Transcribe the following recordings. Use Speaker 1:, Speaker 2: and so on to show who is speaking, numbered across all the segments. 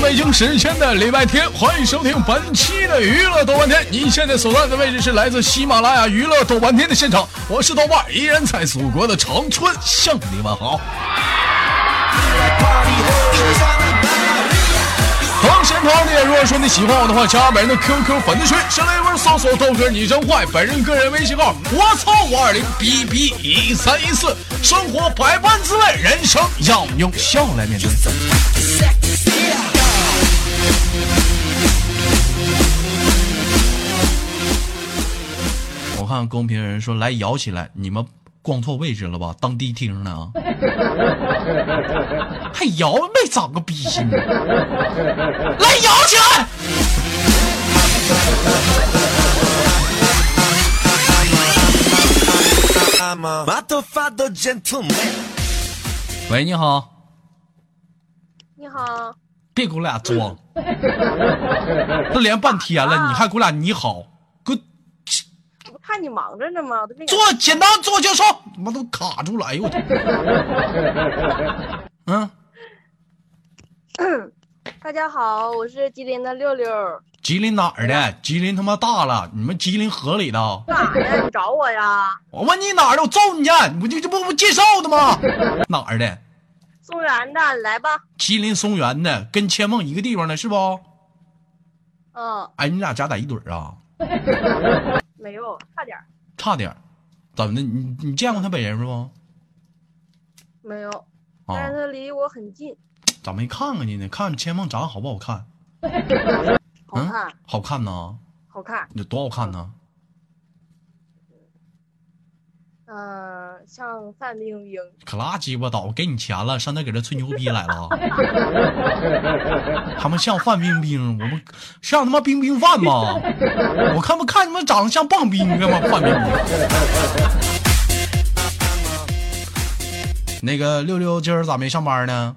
Speaker 1: 北京时间的礼拜天，欢迎收听本期的娱乐豆瓣天。你现在所在的位置是来自喜马拉雅娱乐豆瓣天的现场，我是豆瓣，依然在祖国的长春向你问好。同时，同样的，如果说你喜欢我的话，加本人的 QQ 粉丝群，新浪微博搜索“豆哥你真坏”，本人个人微信号：我操五二零 B B 一三一四。生活百般滋味，人生要用笑来面对。我看公屏人说来摇起来，你们逛错位置了吧？当迪厅呢 啊？还摇没长个逼心呢？来摇起来！
Speaker 2: I'm a motherfucker gentleman。
Speaker 1: 喂，你好，
Speaker 3: 你好，
Speaker 1: 别给我俩装， 都连半天了，你还给我俩你好，给我
Speaker 3: 我不看你忙着呢吗？我都没敢
Speaker 1: 坐，简单坐教授，他妈都卡住了，哎呦 我天！嗯，
Speaker 3: 大家好，我是吉林的六六，
Speaker 1: 吉林哪儿的？吉林他妈大了，你们吉林河里的？
Speaker 3: 干啥呀？你找我呀？
Speaker 1: 我问你哪儿的，我揍你去！我这这不不介绍的 吗？哪儿的？
Speaker 3: 松原的，来吧。
Speaker 1: 吉林松原的，跟千梦一个地方的是不？
Speaker 3: 嗯，
Speaker 1: 哎，你俩家在一堆儿啊？
Speaker 3: 没有，差点儿
Speaker 1: 差点儿，怎么的？你你见过他本人是不？
Speaker 3: 没有，
Speaker 1: 啊，
Speaker 3: 但是他离我很近，
Speaker 1: 咋没看看你呢？看千梦长得好不好看？
Speaker 3: 好看，
Speaker 1: 嗯，好看呐！
Speaker 3: 好看。
Speaker 1: 有多好看呢？
Speaker 3: 嗯、像范冰冰，
Speaker 1: 可拉鸡巴倒！我给你钱了，上那搁这吹牛逼来了，他们像范冰冰，我们像他妈冰冰范吗？我看不看你们长得像棒冰冰吗？范冰冰。那个六六今儿咋没上班呢？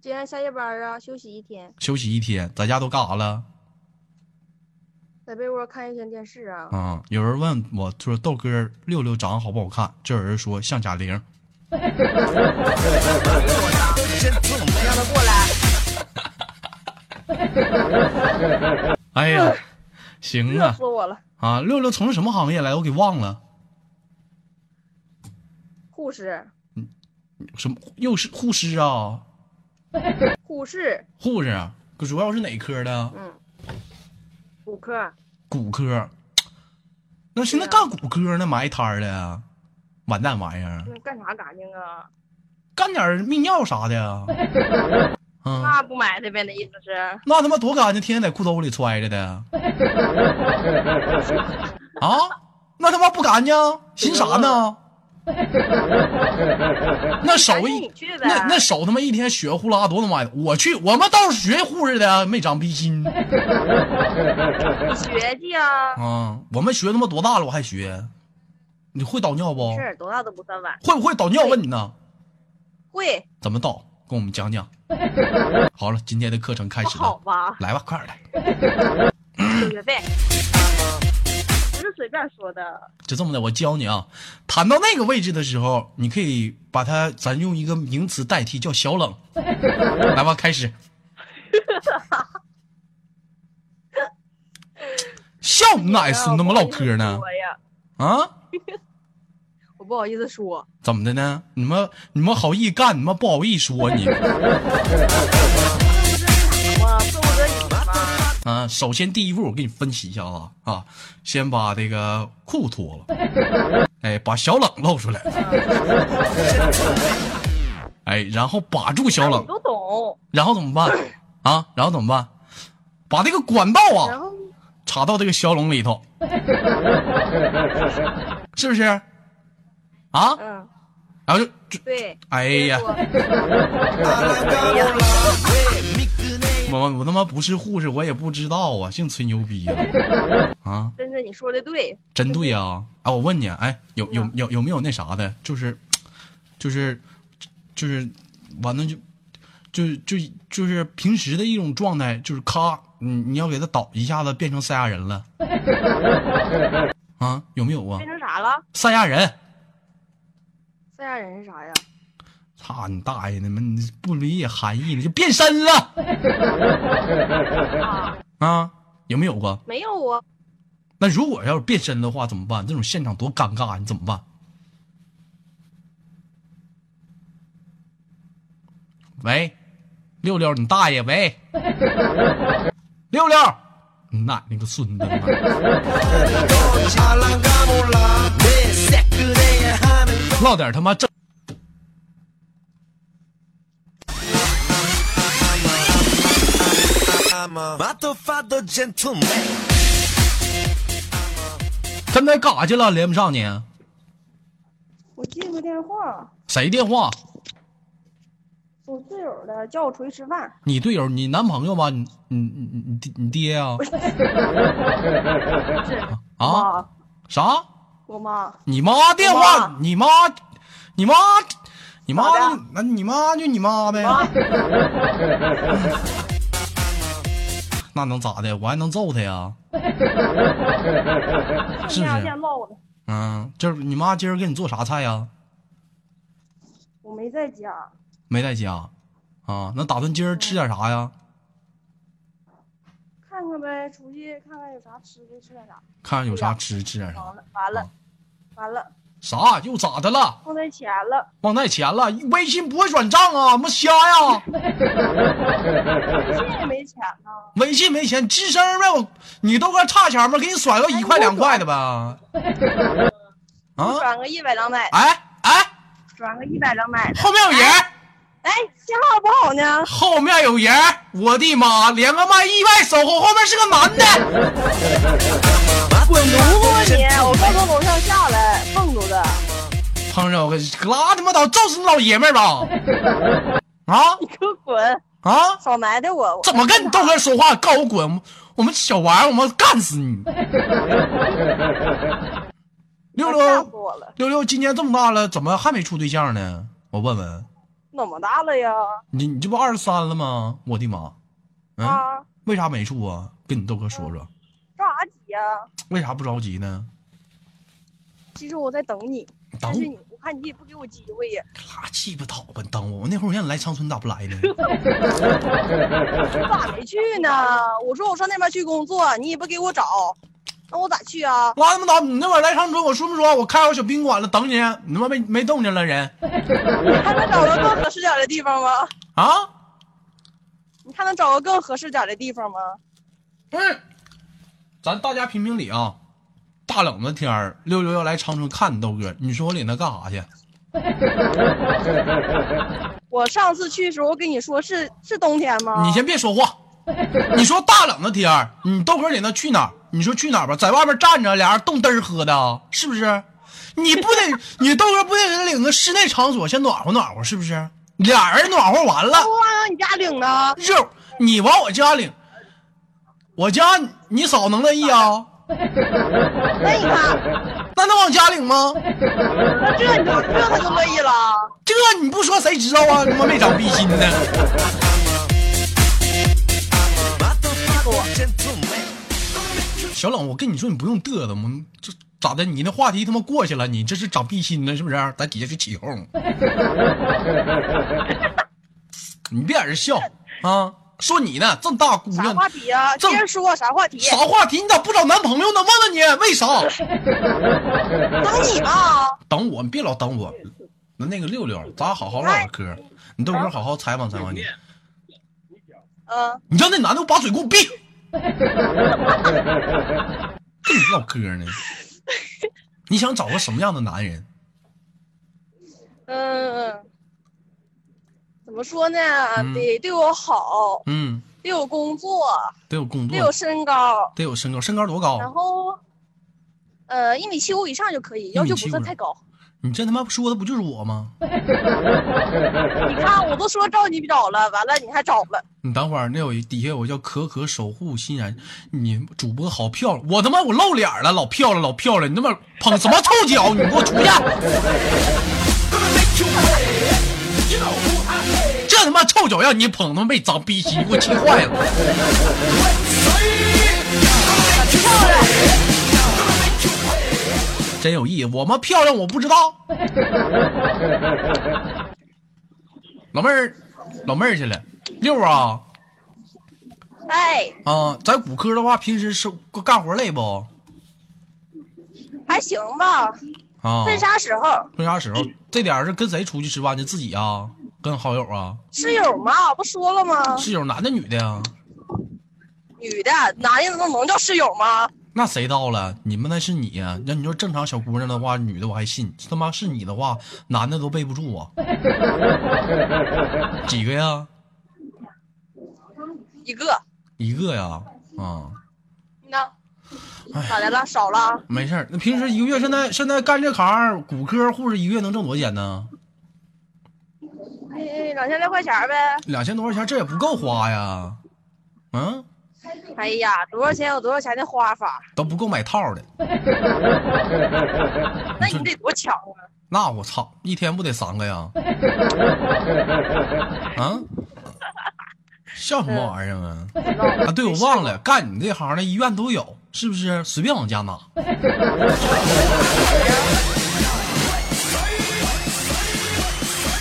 Speaker 3: 今天下夜班啊，休息一天，
Speaker 1: 休息一天，在家都干啥了？
Speaker 3: 在被窝看一天电视啊。
Speaker 1: 啊、有人问我说豆哥六六长得好不好看？这有人说像贾玲。哎呀，行
Speaker 3: 热
Speaker 1: 啊
Speaker 3: 死我了，
Speaker 1: 啊！六六从事什么行业来？我给忘了，
Speaker 3: 护士，
Speaker 1: 什么又是护师啊？
Speaker 3: 护士，
Speaker 1: 护士啊，可主要是哪科的？
Speaker 3: 嗯，骨科，
Speaker 1: 骨科。那现在
Speaker 3: 对
Speaker 1: 干骨科呢，埋摊儿的，啊完蛋玩意儿，
Speaker 3: 那干啥干净啊？
Speaker 1: 干点儿泌尿啥的啊呀？嗯，
Speaker 3: 那不埋汰呗，那意思是？
Speaker 1: 那他妈多干净，天天在裤兜里揣着的。啊，那他妈不干净，寻啥呢？那
Speaker 3: 赶
Speaker 1: 手
Speaker 3: 紧
Speaker 1: 一
Speaker 3: 你去呗。
Speaker 1: 那那手他妈一天血呼啦多他妈的，我去，我们倒是学护士的，没长逼心
Speaker 3: 你学去啊，
Speaker 1: 啊！我们学他妈多大了，我还学？你会倒尿不
Speaker 3: 事？儿多大都不算晚。
Speaker 1: 会不会倒尿？问你呢？
Speaker 3: 会
Speaker 1: 怎么倒？跟我们讲讲。好了，今天的课程开
Speaker 3: 不
Speaker 1: 始
Speaker 3: 好
Speaker 1: 了，
Speaker 3: 吧？
Speaker 1: 来吧，快点来，
Speaker 3: 收学费，不是随便说的。
Speaker 1: 就这么的，我教你啊。谈到那个位置的时候，你可以把它，咱用一个名词代替，叫小冷。来吧，开始。笑你奶孙子们唠嗑呢？
Speaker 3: 哎 我呀，
Speaker 1: 啊？
Speaker 3: 我不好意思说，
Speaker 1: 怎么的呢？你们你们好意干，你们不好意说你
Speaker 3: 我说不得你吗？
Speaker 1: 啊。首先第一步，我给你分析一下啊啊，先把这个裤脱了，哎，把小冷露出来，哎，然后把住小冷
Speaker 3: 你，都懂。
Speaker 1: 然后怎么办啊？然后怎么办？把这个管道
Speaker 3: 然
Speaker 1: 啊
Speaker 3: 后
Speaker 1: 插到这个小笼里头，是不是？啊，
Speaker 3: 嗯，
Speaker 1: 然后就就
Speaker 3: 对。
Speaker 1: 哎
Speaker 3: 哎
Speaker 1: 呀，我我他妈不是护士，我也不知道啊，净吹牛逼呀、啊！
Speaker 3: 真是你说的对，
Speaker 1: 真对呀、啊！哎，我问你，哎，有有有有没有那啥的，就是，就是，就是，完了就，就就就是平时的一种状态，就是咔，你你要给他倒一下子变成赛亚人了，啊，有没有啊
Speaker 3: 变？成啥了？
Speaker 1: 赛亚人
Speaker 3: 赛亚人是啥呀？
Speaker 1: 操你大爷的妈！你不理解含义了，就变身了
Speaker 3: 啊，
Speaker 1: 啊？有没有过？
Speaker 3: 没有啊，
Speaker 1: 那如果要是变身的话怎么办？这种现场多尴尬啊，你怎么办？喂，六六，你大爷！喂， 六六，你奶奶个孙子！唠点他妈正。
Speaker 2: Motherfucker gentleman.
Speaker 1: 刚才干啥去了？连不上你，啊
Speaker 3: 我接个电话，
Speaker 1: 谁电话？
Speaker 3: 我队友的叫我出去吃饭，
Speaker 1: 你队友？你男朋友吗？你你你你你爹你爹呀、啊？啊？
Speaker 3: 妈，
Speaker 1: 啥？
Speaker 3: 我妈，
Speaker 1: 你妈电
Speaker 3: 我
Speaker 1: 话
Speaker 3: 妈？
Speaker 1: 你妈？你妈？你妈
Speaker 3: 咋的？
Speaker 1: 那你妈就你妈呗。
Speaker 3: 妈，
Speaker 1: 那能咋的？我还能揍他呀？是不是？
Speaker 3: 上家店唠了，
Speaker 1: 嗯，这你妈今儿给你做啥菜呀？
Speaker 3: 我没在家，
Speaker 1: 没在家啊？那打算今儿吃点啥呀？
Speaker 3: 看看呗，出去看看有啥吃的，吃点啥。
Speaker 1: 看看有啥吃，吃点啥
Speaker 3: 完。了，完
Speaker 1: 哦
Speaker 3: 了，完了，
Speaker 1: 啥？又咋的了？
Speaker 3: 忘带钱了，
Speaker 1: 忘带钱了？微信不会转账啊？妈瞎呀！
Speaker 3: 微信也没钱呢。
Speaker 1: 微信没钱，吱声儿呗！我你都搁差钱吗？给你甩个一块两块的呗！啊！
Speaker 3: 转个一百两百，
Speaker 1: 哎哎，
Speaker 3: 转个一百两百的。
Speaker 1: 后面有人儿，
Speaker 3: 哎，信号不好呢。
Speaker 1: 后面有人儿，我的妈！连个卖意外守候，后面是个男的。
Speaker 3: 滚犊子吧你！我刚从楼上下来，蹦着的。
Speaker 1: 碰上我个拉他妈倒，就是你老爷们儿吧？啊
Speaker 3: 你给我滚！
Speaker 1: 啊！
Speaker 3: 少埋汰我！我
Speaker 1: 怎么跟你豆哥说话？告我滚！我们小玩意儿，我们干死你！六
Speaker 3: 吓死
Speaker 1: 六
Speaker 3: 我了！
Speaker 1: 六六，今年这么大了，怎么还没处对象呢？我问问
Speaker 3: 怎么大了呀？
Speaker 1: 你，你这不二十三了吗？我的妈！嗯，
Speaker 3: 啊，
Speaker 1: 为啥没处啊？跟你豆哥说说，
Speaker 3: 着啥急呀？
Speaker 1: 为啥不着急呢？
Speaker 3: 其实我在等你，
Speaker 1: 等
Speaker 3: 但是你，我看你也不给我机会呀。
Speaker 1: 拉鸡巴倒吧，等我！我那会儿我让你来长春，你咋不来呢？
Speaker 3: 我咋没去呢？我说我上那边去工作，你也不给我找，那我咋去啊？
Speaker 1: 拉他妈倒！你那会儿来长春，我说没说？我开好小宾馆了，等你，你他妈没没动静了人
Speaker 3: 你还能找个更合适点的地方吗？
Speaker 1: 啊？
Speaker 3: 你还能找个更合适点的地方吗？
Speaker 1: 不是，嗯咱大家评评理啊！大冷的天儿，六六要来长春看你豆哥，你说我领他干啥去？
Speaker 3: 我上次去的时候跟你说是是冬天吗？
Speaker 1: 你先别说话，你说大冷的天儿，你豆哥领他去哪儿？你说去哪儿吧，在外面站着，俩人冻嘚儿喝的啊，是不是？你不得，你豆哥不得给他领个室内场所先暖和暖和，是不是？俩人暖和完了
Speaker 3: 不。往啊你家领呢？
Speaker 1: 肉，你往我家领，我家你嫂能乐意啊？
Speaker 3: 那你看，
Speaker 1: 那能往家领吗？
Speaker 3: 那这你就这他就乐意了。
Speaker 1: 这你不说谁知道啊？他妈没长逼心呢！
Speaker 2: Motherfucker gentleman.
Speaker 1: 小冷，我跟你说，你不用嘚瑟，我们这咋的？你那话题他妈过去了，你这是长逼心呢，是不是？在底下就起哄，你别在这笑啊！说你呢，这么大姑
Speaker 3: 啥
Speaker 1: 娘，
Speaker 3: 话题呀、
Speaker 1: 这
Speaker 3: 接着说啥话题？
Speaker 1: 啥话题？你咋不找男朋友呢？问问你为啥？
Speaker 3: 等你吧。
Speaker 1: 等我，你别老等我。那那个六六，咱好好唠唠
Speaker 3: 哎
Speaker 1: 嗑。你豆哥好好采访采访你。
Speaker 3: 嗯、
Speaker 1: 你让那男的把嘴给我闭。 跟你唠嗑呢？你想找个什么样的男人？
Speaker 3: 嗯嗯，怎么说呢？
Speaker 1: 嗯
Speaker 3: 得对我好，
Speaker 1: 嗯，
Speaker 3: 得有工作，
Speaker 1: 得有工
Speaker 3: 得有
Speaker 1: 作，
Speaker 3: 身高，
Speaker 1: 得有身高，身高多
Speaker 3: 然
Speaker 1: 高？
Speaker 3: 后，呃，一米七五以上就可以，
Speaker 1: 一
Speaker 3: 要
Speaker 1: 米
Speaker 3: 求
Speaker 1: 七
Speaker 3: 不
Speaker 1: 五
Speaker 3: 算太高。
Speaker 1: 你这他妈说的不就是我吗？
Speaker 3: 你看，我都说找你找了，完了你还找了，
Speaker 1: 你等会儿那有一底下有个叫可可守护欣然，你主播好漂亮，我他妈我露脸了，老漂亮老漂亮，你他妈捧什么臭脚？你给我出去！啊这他妈臭脚让你捧，他妈被脏逼心，你给我气坏了！真有意思，我妈漂亮我不知道，老妹儿，老妹儿去了。六啊
Speaker 3: 哎，
Speaker 1: 啊，在骨科的话，平时是干活累不？
Speaker 3: 还行吧。
Speaker 1: 啊，
Speaker 3: 问啥时候？
Speaker 1: 分啥时候？这点儿是跟谁出去吃饭去？自己啊？跟好友啊？
Speaker 3: 室友嘛，不说了吗？
Speaker 1: 室友男的女的呀？
Speaker 3: 女的，男的能能叫室友吗？
Speaker 1: 那谁到了？你们那是你呀、那你说正常小姑娘的话，女的我还信，他妈是你的话，男的都背不住啊。 几个呀？
Speaker 3: 一个，
Speaker 1: 一个呀？啊，
Speaker 3: 那
Speaker 1: 哎
Speaker 3: 咋的了？少了？
Speaker 1: 没事儿。那平时一个月现在现在干这行儿，骨科护士一个月能挣多少钱呢？
Speaker 3: 哎哎，两千来块钱儿呗。
Speaker 1: 两千多块钱，这也不够花呀。嗯，
Speaker 3: 哎呀，多少钱有多少钱的花法，
Speaker 1: 都不够买套的。
Speaker 3: 那你得多强啊！
Speaker 1: 那我操，一天不得三个呀？啊？笑什么玩意儿啊？啊，对，我忘了，干你这行的医院都有，是不是？随便往家拿。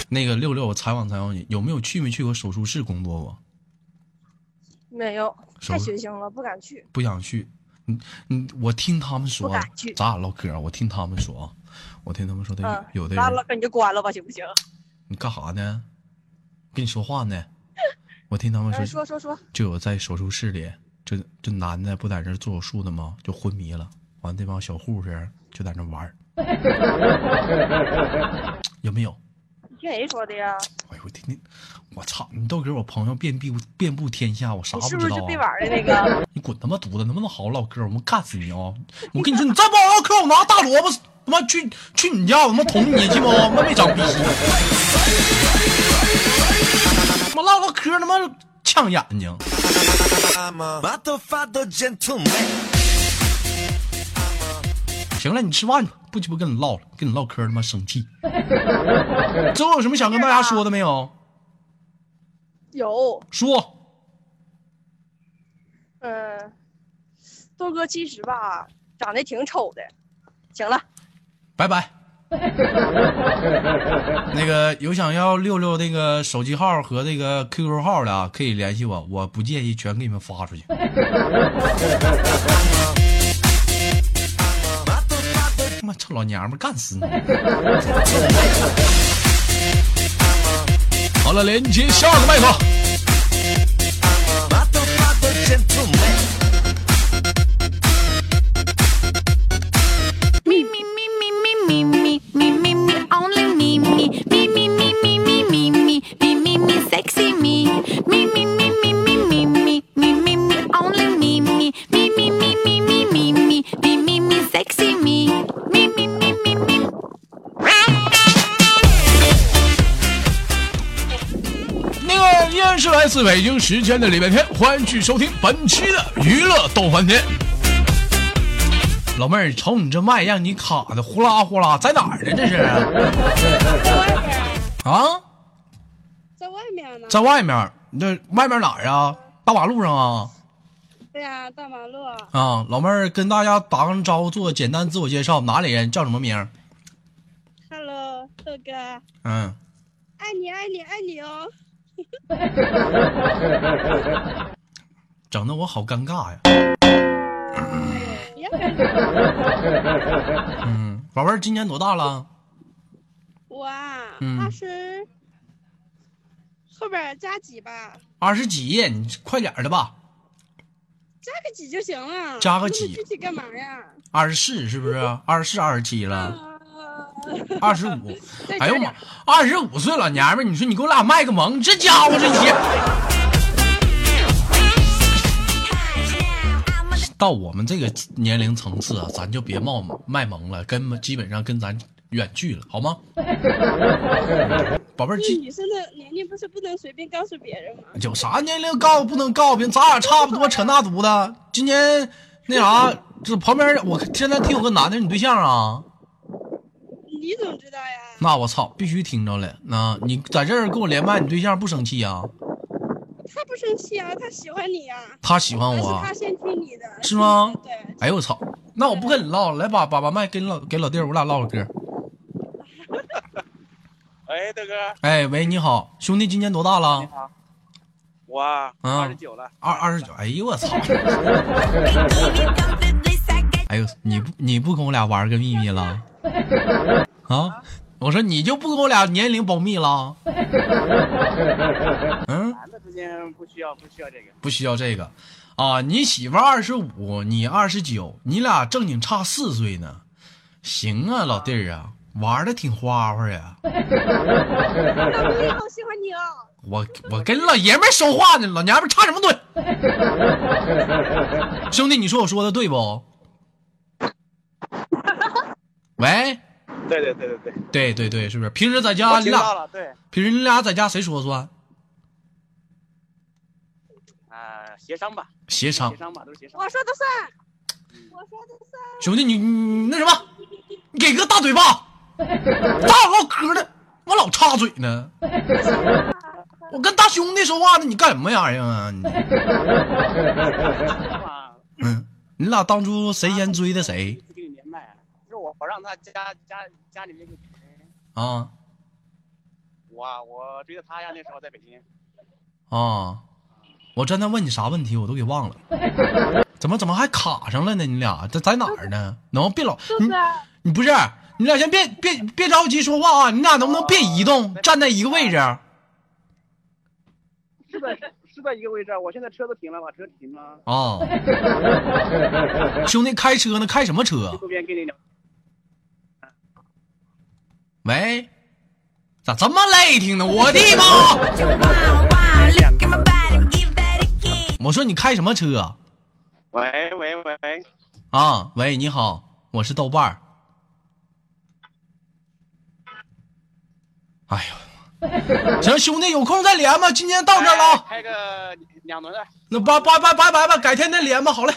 Speaker 1: 那个六六，我采访采访你，有没有去没去过手术室工作啊过？
Speaker 3: 没有，
Speaker 1: 手
Speaker 3: 太血腥了，不敢去。
Speaker 1: 不想去。你你，我听他们说
Speaker 3: 不
Speaker 1: 啊
Speaker 3: 敢去，
Speaker 1: 咱俩唠嗑啊，我听他们说啊，我听他们说的
Speaker 3: 嗯，
Speaker 1: 有的人
Speaker 3: 拉了你就关了吧，行不行？
Speaker 1: 你干啥呢？跟你说话呢？我听他们
Speaker 3: 嗯，
Speaker 1: 说，
Speaker 3: 说说说，
Speaker 1: 就有在手术室里，这这男的不在这做手术的吗？就昏迷了，完这帮小护士就在那玩儿， 有没有？
Speaker 3: 听谁说的呀？
Speaker 1: 哎呦我听听，我操！你都给我朋友遍布遍布天下，我啥
Speaker 3: 你
Speaker 1: 不知
Speaker 3: 是不是
Speaker 1: 道
Speaker 3: 就
Speaker 1: 啊？
Speaker 3: 被玩儿的那个？
Speaker 1: 你滚他妈犊子！能不能好好唠嗑？我们干死你啊！我跟你说，你再不好好唠嗑，我拿大萝卜他妈去去你家，我他妈捅你鸡巴！我他妈没长逼！他妈唠唠嗑，他妈呛眼睛。
Speaker 2: I'm a motherfucker gentleman.
Speaker 1: 行了，你吃饭去吧，不鸡巴跟你唠了，跟你唠嗑他妈生气。最后有什么想跟大家说的没有？
Speaker 3: 有，
Speaker 1: 说，
Speaker 3: 嗯，豆哥其实吧，长得挺丑的。行了，
Speaker 1: 拜拜。 那个有想要六六那个手机号和那个 QQ 号的啊，可以联系我，我不介意全给你们发出去。
Speaker 2: Motherfucker
Speaker 1: 他妈臭老娘们儿干死你！好了，连接下个麦克。
Speaker 2: motherfucker gentleman.
Speaker 4: Me, me, me, me, me, me, me, me, me, me, only me, me, me, me, me, me, me, me, me, me, me, me, sexy me, me, me, me, me, me, me, me, me, me, me, only me, me, me, me, me, me, me, me, me, me, me, me, sexy me, me, me, me, me, me.
Speaker 1: 那个依然是来自北京时间的礼拜天，欢迎去收听本期的娱乐逗翻天。老妹儿，瞅你这麦让你卡的呼啦呼啦，在哪儿呢？这是？啊，
Speaker 5: 在外面呢。
Speaker 1: 在外面儿。你这外面哪儿啊？大马路上啊？
Speaker 5: 对呀、大马路。
Speaker 1: 啊，老妹儿跟大家打声招呼，做简单自我介绍，哪里人，叫什么名儿？
Speaker 5: Hello，豆哥，
Speaker 1: 嗯，
Speaker 5: 爱你爱你爱你哦。
Speaker 1: 整的我好尴尬呀。
Speaker 5: 别跟着
Speaker 1: 嗯，老妹儿今年多大了？
Speaker 5: 我啊，
Speaker 1: 嗯
Speaker 5: 二十后边儿加几吧，
Speaker 1: 二十几，你快点儿的吧。
Speaker 5: 加个几就行了。
Speaker 1: 加个
Speaker 5: 那么
Speaker 1: 几
Speaker 5: 具体干嘛呀？
Speaker 1: 二十四是不是？二十四、二十七了，
Speaker 5: 啊，
Speaker 1: 二十五。
Speaker 5: 再
Speaker 1: 哎呦
Speaker 5: 加
Speaker 1: 妈
Speaker 5: 点！
Speaker 1: 二十五岁老娘们儿，你说你给我俩卖个萌，这家伙这些。到我们这个年龄层次啊，咱就别冒卖萌了，跟基本上跟咱远距了，好吗？宝贝儿，
Speaker 5: 那
Speaker 1: 今
Speaker 5: 女生的年龄不是不能随便告诉别人吗？
Speaker 1: 有啥年龄告不能告别人？咱俩差不多，扯那犊子。今年那啥，这旁边我现在听有个男的，你对象啊？
Speaker 5: 你怎么知道呀？
Speaker 1: 那我操，必须听着了。那你在这儿跟我连麦，你对象不生气啊？
Speaker 5: 他不生气啊，他喜欢你呀、
Speaker 1: 他喜欢
Speaker 5: 但
Speaker 1: 我
Speaker 5: 是
Speaker 1: 啊？
Speaker 5: 他先听你的，
Speaker 1: 是吗
Speaker 5: 对，
Speaker 1: 哎呦我操！那我不跟你唠了，来把把把麦给你老给老弟儿，我俩唠唠嗑。
Speaker 6: 哎，喂，大哥，
Speaker 1: 哎，喂，你好，兄弟，今年多大
Speaker 6: 你
Speaker 1: 了？
Speaker 6: 好，我啊
Speaker 1: 嗯
Speaker 6: 二十九了，
Speaker 1: 二二十九。哎呦我操！哎呦，你不你不跟我俩玩个秘密了？啊？我说你就不跟我俩年龄保密了？嗯，
Speaker 6: 男的之间不需要不需要这个，
Speaker 1: 不需要这个啊。你媳妇二十五，你二十九，你俩正经差四岁呢。行啊，老弟儿啊，玩的挺花花呀。
Speaker 5: 老弟，好喜欢你哦！
Speaker 1: 我我跟老爷们儿说话呢，老娘们儿插什么 嘴？兄弟，你说我说的对不？喂，
Speaker 6: 对对对对
Speaker 1: 对
Speaker 6: 对，
Speaker 1: 对对，是不是？平时在家
Speaker 6: 我
Speaker 1: 你
Speaker 6: 听到
Speaker 1: 俩，
Speaker 6: 了，对，
Speaker 1: 平时你俩在家谁说算？
Speaker 6: 啊，协商吧，
Speaker 1: 协商
Speaker 6: 协。商吧，都是协商
Speaker 5: 我。说的算，我说的算。
Speaker 1: 兄弟，你你那什么，你给个大嘴巴，大唠嗑的，我老插嘴呢。我跟大兄弟说话呢，你干什么玩意儿啊？你
Speaker 6: 真的吗？
Speaker 1: 嗯，你俩当初谁先追的谁
Speaker 6: 给你连麦，啊就是我我让他加加加你那个，
Speaker 1: 啊
Speaker 6: 我啊我追的他呀，那时候在北京，
Speaker 1: 啊？我刚才问你啥问题，我都给忘了。怎么怎么还卡上了呢？你俩这在哪儿呢？能不能别老你你不是你俩先别别别着急说话啊！你俩能不能别移动，站在一个位置？啊
Speaker 6: 是在是在一个位置，啊我现在车都停了，把车停了，
Speaker 1: 啊，兄弟，开车呢？开什么车？
Speaker 6: 路边跟你聊，
Speaker 1: 喂，咋这么累挺呢？我的妈！我说你开什么车
Speaker 6: 喂喂喂，
Speaker 1: 啊？喂，你好，我是豆瓣儿。哎呦，行，兄弟，有空再连吧。今天到这儿了啊，
Speaker 6: 开个两轮的。
Speaker 1: 那拜拜拜拜拜拜，改天再连吧。好嘞。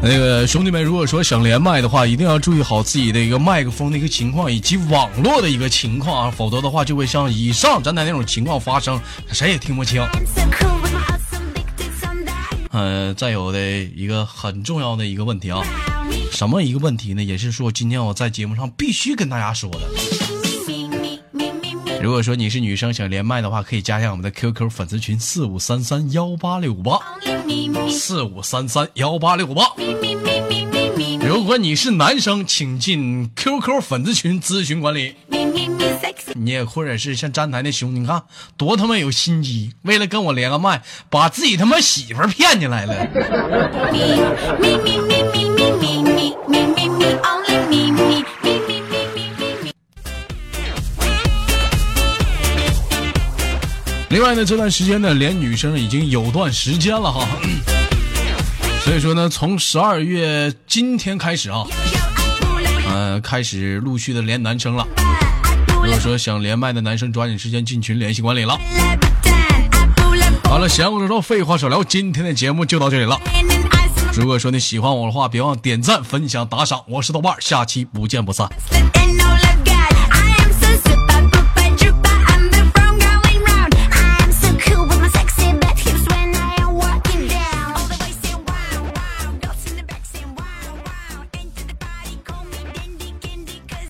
Speaker 1: 那个兄弟们，如果说想连麦的话，一定要注意好自己的一个麦克风的一个情况，以及网络的一个情况啊，否则的话就会像以上咱俩那种情况发生，谁也听不清。呃，再有的一个很重要的一个问题啊，什么一个问题呢？也是说今天我在节目上必须跟大家说的。如果说你是女生想连麦的话，可以加一下我们的 QQ 粉丝群四五三三幺八六五八四五三三幺八六五八。如果你是男生，请进 QQ 粉丝群咨询管理。你也或者是像站台那兄弟，你看多他妈有心机，为了跟我连个麦，把自己他妈媳妇儿骗进来了。另外呢，这段时间呢，连女生已经有段时间了哈。所以说呢，从十二月今天开始啊，呃，开始陆续的连男生了。如果说想连麦的男生，抓紧时间进群联系管理了。好了，闲话少说，废话少聊，今天的节目就到这里了。如果说你喜欢我的话，别忘点赞、分享、打赏。我是豆瓣儿，下期不见不散。
Speaker 4: And